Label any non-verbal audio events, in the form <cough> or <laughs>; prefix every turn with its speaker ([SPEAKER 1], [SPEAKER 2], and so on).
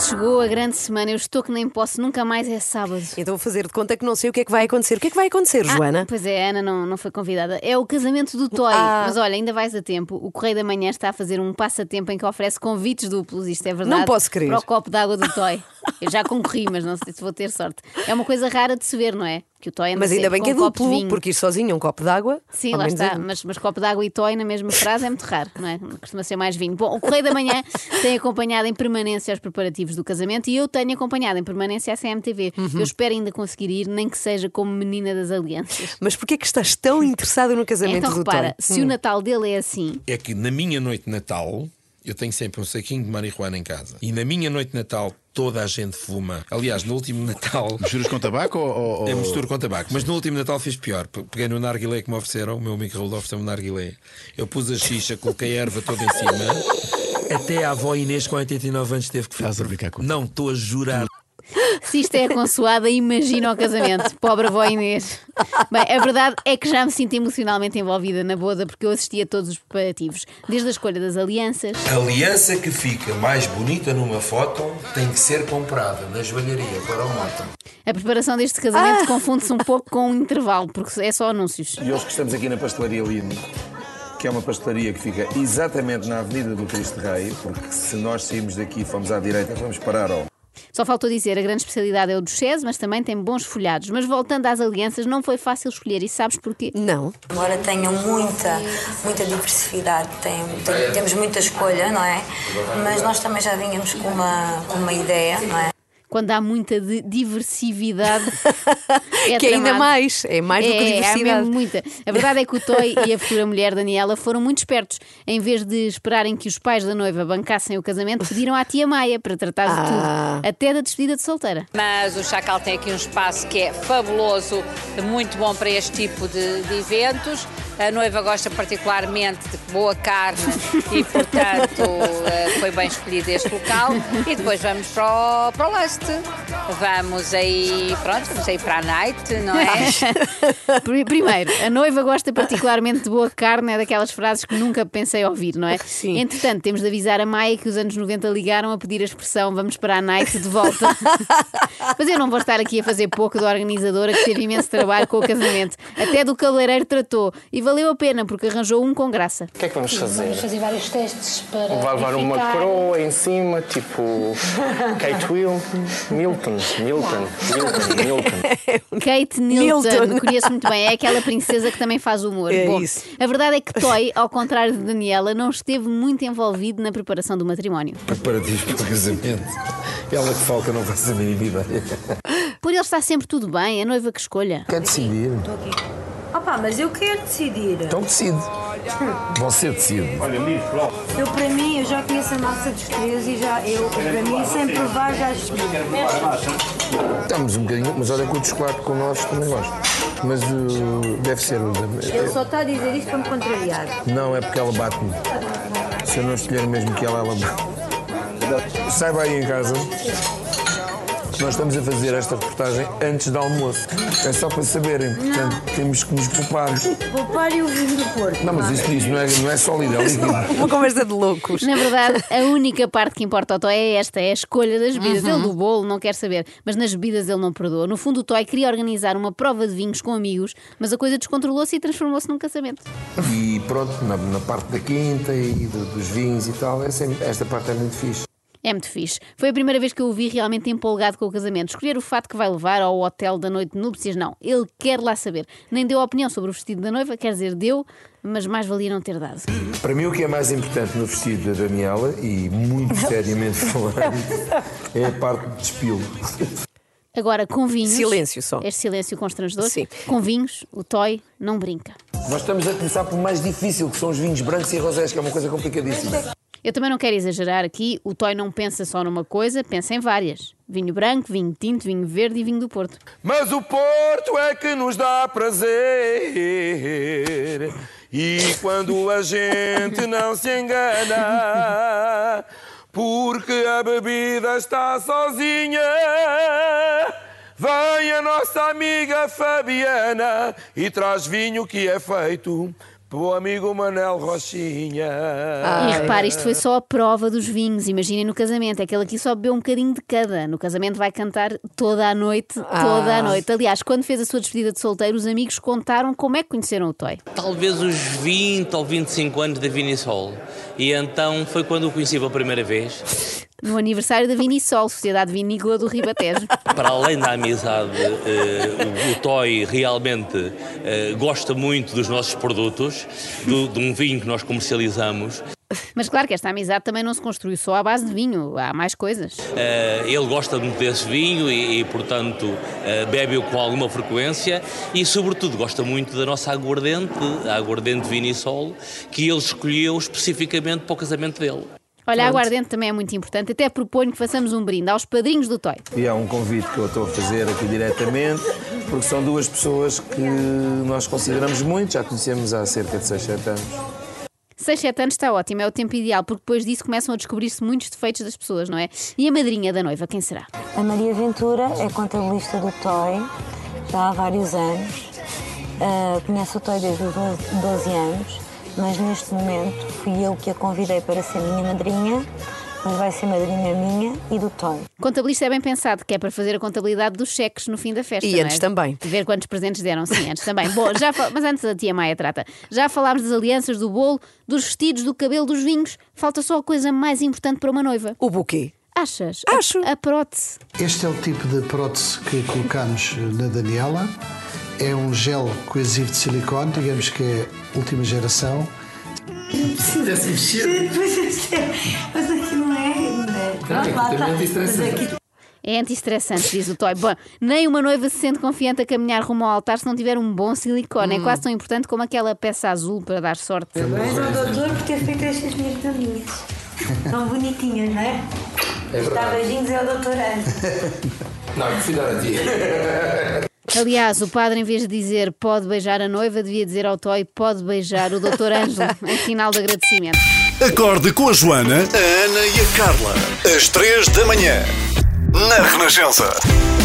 [SPEAKER 1] Chegou a grande semana, eu estou que nem posso, nunca mais é sábado.
[SPEAKER 2] Então vou fazer de conta que não sei o que é que vai acontecer. O que é que vai acontecer, Joana?
[SPEAKER 1] Ah, pois é, a Ana não, não foi convidada. É o casamento do Toy.
[SPEAKER 2] Ah.
[SPEAKER 1] Mas olha, ainda vais a tempo. O Correio da Manhã está a fazer um passatempo em que oferece convites duplos, isto é verdade.
[SPEAKER 2] Não posso crer.
[SPEAKER 1] Para o copo d'água do Toy. Eu já concorri, mas não sei se vou ter sorte. É uma coisa rara de se ver, não é? Que o Toy anda
[SPEAKER 2] Mas ainda
[SPEAKER 1] sempre
[SPEAKER 2] bem que
[SPEAKER 1] com
[SPEAKER 2] é
[SPEAKER 1] um copo de
[SPEAKER 2] duplo,
[SPEAKER 1] vinho.
[SPEAKER 2] porque ir sozinho é um copo d'água.
[SPEAKER 1] Sim,
[SPEAKER 2] ao
[SPEAKER 1] lá
[SPEAKER 2] menos
[SPEAKER 1] está.
[SPEAKER 2] é-
[SPEAKER 1] Mas, mas copo de água e toy na mesma frase é muito raro, não é? Costuma ser mais vinho. Bom, o Correio da
[SPEAKER 2] <laughs>
[SPEAKER 1] Manhã tem acompanhado em permanência os preparativos do casamento e eu tenho acompanhado em permanência a CMTV.
[SPEAKER 2] Uhum.
[SPEAKER 1] Eu espero ainda conseguir ir, nem que seja como menina das alianças.
[SPEAKER 2] Mas porquê é que
[SPEAKER 1] <laughs>
[SPEAKER 2] estás tão interessado no casamento
[SPEAKER 1] Então
[SPEAKER 2] do
[SPEAKER 1] repara,
[SPEAKER 2] Tom? Hum.
[SPEAKER 1] se o Natal dele é assim,
[SPEAKER 3] é que na minha noite de Natal eu tenho sempre um saquinho de marihuana em casa. E na minha noite de Natal toda a gente fuma. Aliás, no último
[SPEAKER 4] <laughs>
[SPEAKER 3] Natal.
[SPEAKER 4] Misturas com tabaco ou. ou- ou-
[SPEAKER 3] É mistura com tabaco, mas no último Natal fiz pior. P- Peguei no narguilé que me ofereceram, o meu amigo Raul ofereceu-me um narguilé. Eu pus a xixa, coloquei a erva toda em cima. Até a avó Inês, com 89 anos, teve que
[SPEAKER 4] Estás a brincar com-
[SPEAKER 3] Não, estou a jurar.
[SPEAKER 1] se isto é a consoada, imagina o casamento. Pobre avó Inês. Bem, a verdade é que já me sinto emocionalmente envolvida na boda porque eu assisti a todos os preparativos, desde a escolha das alianças.
[SPEAKER 3] A aliança que fica mais bonita numa foto tem que ser comprada na joalharia para o moto.
[SPEAKER 1] A preparação deste
[SPEAKER 2] Ah!
[SPEAKER 1] casamento confunde-se um pouco com um intervalo, porque é só anúncios.
[SPEAKER 5] E hoje que estamos aqui na Pastelaria Lino, que é uma pastelaria que fica exatamente na Avenida do Cristo Rei, porque se nós saímos daqui e fomos à direita, vamos parar ao.
[SPEAKER 1] Só faltou dizer, a grande especialidade é o do Chese, mas também tem bons folhados. Mas voltando às alianças, não foi fácil escolher, e sabes porquê?
[SPEAKER 2] Não.
[SPEAKER 6] Embora tenham muita, muita diversidade, tem- tem- temos muita escolha, não é? Mas nós também já vínhamos com uma, com uma ideia, não é?
[SPEAKER 1] Quando há muita de-
[SPEAKER 2] <laughs>
[SPEAKER 1] diversidade. é
[SPEAKER 2] que é ainda
[SPEAKER 1] tramado.
[SPEAKER 2] mais, é mais do que
[SPEAKER 1] É, há
[SPEAKER 2] diversidade.
[SPEAKER 1] mesmo muita. A verdade é que o Toy e a futura mulher Daniela foram muito espertos. Em vez de esperarem que os pais da noiva bancassem o casamento, pediram à tia Maia para tratar de
[SPEAKER 2] Ah.
[SPEAKER 1] tudo, até da despedida de solteira.
[SPEAKER 7] Mas o Chacal tem aqui um espaço que é fabuloso, muito bom para este tipo de, de eventos. A noiva gosta particularmente de boa carne e, portanto, eh, foi bem escolhido este local. E depois vamos para o, para o leste. Vamos aí, pronto, vamos aí para a night, não é?
[SPEAKER 1] Pri- Primeiro, a noiva gosta particularmente de boa carne, é daquelas frases que nunca pensei ouvir, não é?
[SPEAKER 2] Sim.
[SPEAKER 1] Entretanto, temos de avisar a Maia que os anos 90 ligaram a pedir a expressão vamos para a night de volta.
[SPEAKER 2] <laughs>
[SPEAKER 1] Mas eu não vou estar aqui a fazer pouco da organizadora que teve imenso trabalho com o casamento. Até do cabeleireiro tratou. E valeu a pena porque arranjou um com graça.
[SPEAKER 8] O que é que vamos fazer?
[SPEAKER 9] Vamos fazer vários testes para.
[SPEAKER 8] Vai levar uma
[SPEAKER 9] verificar.
[SPEAKER 8] coroa em cima,
[SPEAKER 9] <laughs>
[SPEAKER 8] tipo Kate Will, Milton, Milton, Milton, Milton.
[SPEAKER 9] <laughs>
[SPEAKER 1] Kate Nilton, <laughs>
[SPEAKER 2] Nilton.
[SPEAKER 1] conheço muito bem, é aquela princesa que também faz humor.
[SPEAKER 2] É
[SPEAKER 1] Bom,
[SPEAKER 2] isso.
[SPEAKER 1] a verdade é que Toy, ao contrário de Daniela, não esteve muito envolvido na preparação do matrimónio.
[SPEAKER 5] Preparativos para o casamento. Ela que falta, não faço a mínima ideia.
[SPEAKER 1] Por ele está sempre tudo bem, é a noiva que escolha.
[SPEAKER 5] Quer decidir?
[SPEAKER 6] Opa, mas eu quero decidir.
[SPEAKER 5] Então decide. Você decide.
[SPEAKER 6] Eu, para mim, eu já conheço a massa dos três e já, eu, para mim, sem provar, já escolhi.
[SPEAKER 5] Estamos um bocadinho, mas olha que o de chocolate com nós também gosto. Mas uh, deve ser o da.
[SPEAKER 6] Ele só está a dizer isto para me contrariar.
[SPEAKER 5] Não, é porque ela bate-me. Se eu não escolher mesmo que ela, ela bate. Saiba aí em casa. que Nós estamos a fazer esta reportagem antes do almoço. É só para saberem, portanto, temos que nos poupar.
[SPEAKER 6] Poupar e o vinho do porco.
[SPEAKER 5] Não, mas isto diz, não é, não é sólido, é líquido.
[SPEAKER 2] Uma conversa de loucos.
[SPEAKER 1] Na verdade, a única parte que importa ao Toy é esta, é a escolha das bebidas. Ele do bolo não quer saber, mas nas bebidas ele não perdoa. No fundo, o Toy queria organizar uma prova de vinhos com amigos, mas a coisa descontrolou-se e transformou-se num casamento.
[SPEAKER 6] é.
[SPEAKER 5] E pronto, na, na parte da quinta e do- dos vinhos e tal, é sempre- esta parte é muito fixe.
[SPEAKER 1] É muito fixe. Foi a primeira vez que eu o vi realmente empolgado com o casamento. Escolher o fato que vai levar ao hotel da noite de núpcias, não. Ele quer lá saber. Nem deu opinião sobre o vestido da noiva, quer dizer, deu, mas mais valia não ter dado.
[SPEAKER 5] Para mim, o que é mais importante no vestido da Daniela, e
[SPEAKER 6] <laughs>
[SPEAKER 5] muito seriamente falando, é a parte de despilo.
[SPEAKER 1] Agora, com vinhos.
[SPEAKER 2] Silêncio só.
[SPEAKER 1] Este silêncio constrangedor.
[SPEAKER 2] Sim.
[SPEAKER 1] Com vinhos, o Toy não brinca.
[SPEAKER 5] Nós estamos a começar pelo mais difícil, que são os vinhos brancos e rosés, que é uma coisa complicadíssima.
[SPEAKER 1] Eu também não quero exagerar aqui, o Toy não pensa só numa coisa, pensa em várias. Vinho branco, vinho tinto, vinho verde e vinho do Porto.
[SPEAKER 5] Mas o Porto é que nos dá prazer. E quando a gente não se engana, porque a bebida está sozinha, vem a nossa amiga Fabiana e traz vinho que é feito pelo amigo Manel Rochinha.
[SPEAKER 1] E repara, isto foi só a prova dos vinhos. Imaginem no casamento, é que ele aqui só bebeu um bocadinho de cada. No casamento vai cantar toda a noite, toda
[SPEAKER 2] Ah.
[SPEAKER 1] a noite. Aliás, quando fez a sua despedida de solteiro, os amigos contaram como é que conheceram o Toy.
[SPEAKER 10] Talvez os 20 ou 25 anos da Vini Sol. E então foi quando o conheci pela primeira vez.
[SPEAKER 1] No aniversário da Vinisol, Sociedade Vinícola do
[SPEAKER 2] <laughs>
[SPEAKER 1] Ribatejo.
[SPEAKER 10] Para além da amizade, eh, o, o Toy realmente eh, gosta muito dos nossos produtos, do- de um vinho que nós comercializamos.
[SPEAKER 1] Mas claro que esta amizade também não se construiu só à base de vinho, há mais coisas.
[SPEAKER 10] Eh, ele gosta muito desse vinho e, e, portanto, eh, bebe-o com alguma frequência e, sobretudo, gosta muito da nossa aguardente, a aguardente Vinisol, que ele escolheu especificamente para o casamento dele.
[SPEAKER 1] Olha, a aguardente também é muito importante. Até proponho que façamos um brinde aos padrinhos do Toy.
[SPEAKER 5] E há um convite que eu estou a fazer aqui diretamente, porque são duas pessoas que nós consideramos muito, já conhecemos há cerca de 6, 7 anos.
[SPEAKER 1] 6, 7 anos está ótimo, é o tempo ideal, porque depois disso começam a descobrir-se muitos defeitos das pessoas, não é? E a madrinha da noiva, quem será?
[SPEAKER 6] A Maria Ventura é contabilista do TOI já há vários anos. Ah, conheço o TOI desde os 12 12 anos, mas neste momento fui eu que a convidei para ser minha madrinha, mas vai ser madrinha minha e do TOI.
[SPEAKER 1] Contabilista é bem pensado, que é para fazer a contabilidade dos cheques no fim da festa.
[SPEAKER 2] E
[SPEAKER 1] não é?
[SPEAKER 2] antes também.
[SPEAKER 1] Ver quantos presentes deram, sim, antes também. Bom, já fal- mas antes a tia Maia trata. Já falámos das alianças, do bolo, dos vestidos, do cabelo, dos vinhos. Falta só a coisa mais importante para uma noiva.
[SPEAKER 2] O buquê.
[SPEAKER 1] Achas? A-
[SPEAKER 2] Acho.
[SPEAKER 1] A, prótese.
[SPEAKER 11] Este é o tipo de prótese que colocamos na Daniela. É um gel coesivo de silicone, digamos que é última geração.
[SPEAKER 6] <laughs> Mas aqui não é.
[SPEAKER 1] É anti-estressante, diz o Toy. Bom, nem uma noiva se sente confiante a caminhar rumo ao altar se não tiver um bom silicone. É quase tão importante como aquela peça azul para dar sorte.
[SPEAKER 6] Parabéns ao doutor por ter feito estas minhas caminhas. Tão bonitinhas, não é? Está beijinhos ao doutor Ana.
[SPEAKER 5] Não, prefiro dar a ti.
[SPEAKER 1] Aliás, o padre, em vez de dizer pode beijar a noiva, devia dizer ao Toy pode beijar o Dr. Ângelo, em sinal de agradecimento.
[SPEAKER 12] Acorde com a Joana, a Ana e a Carla. Às três da manhã. Na Renascença.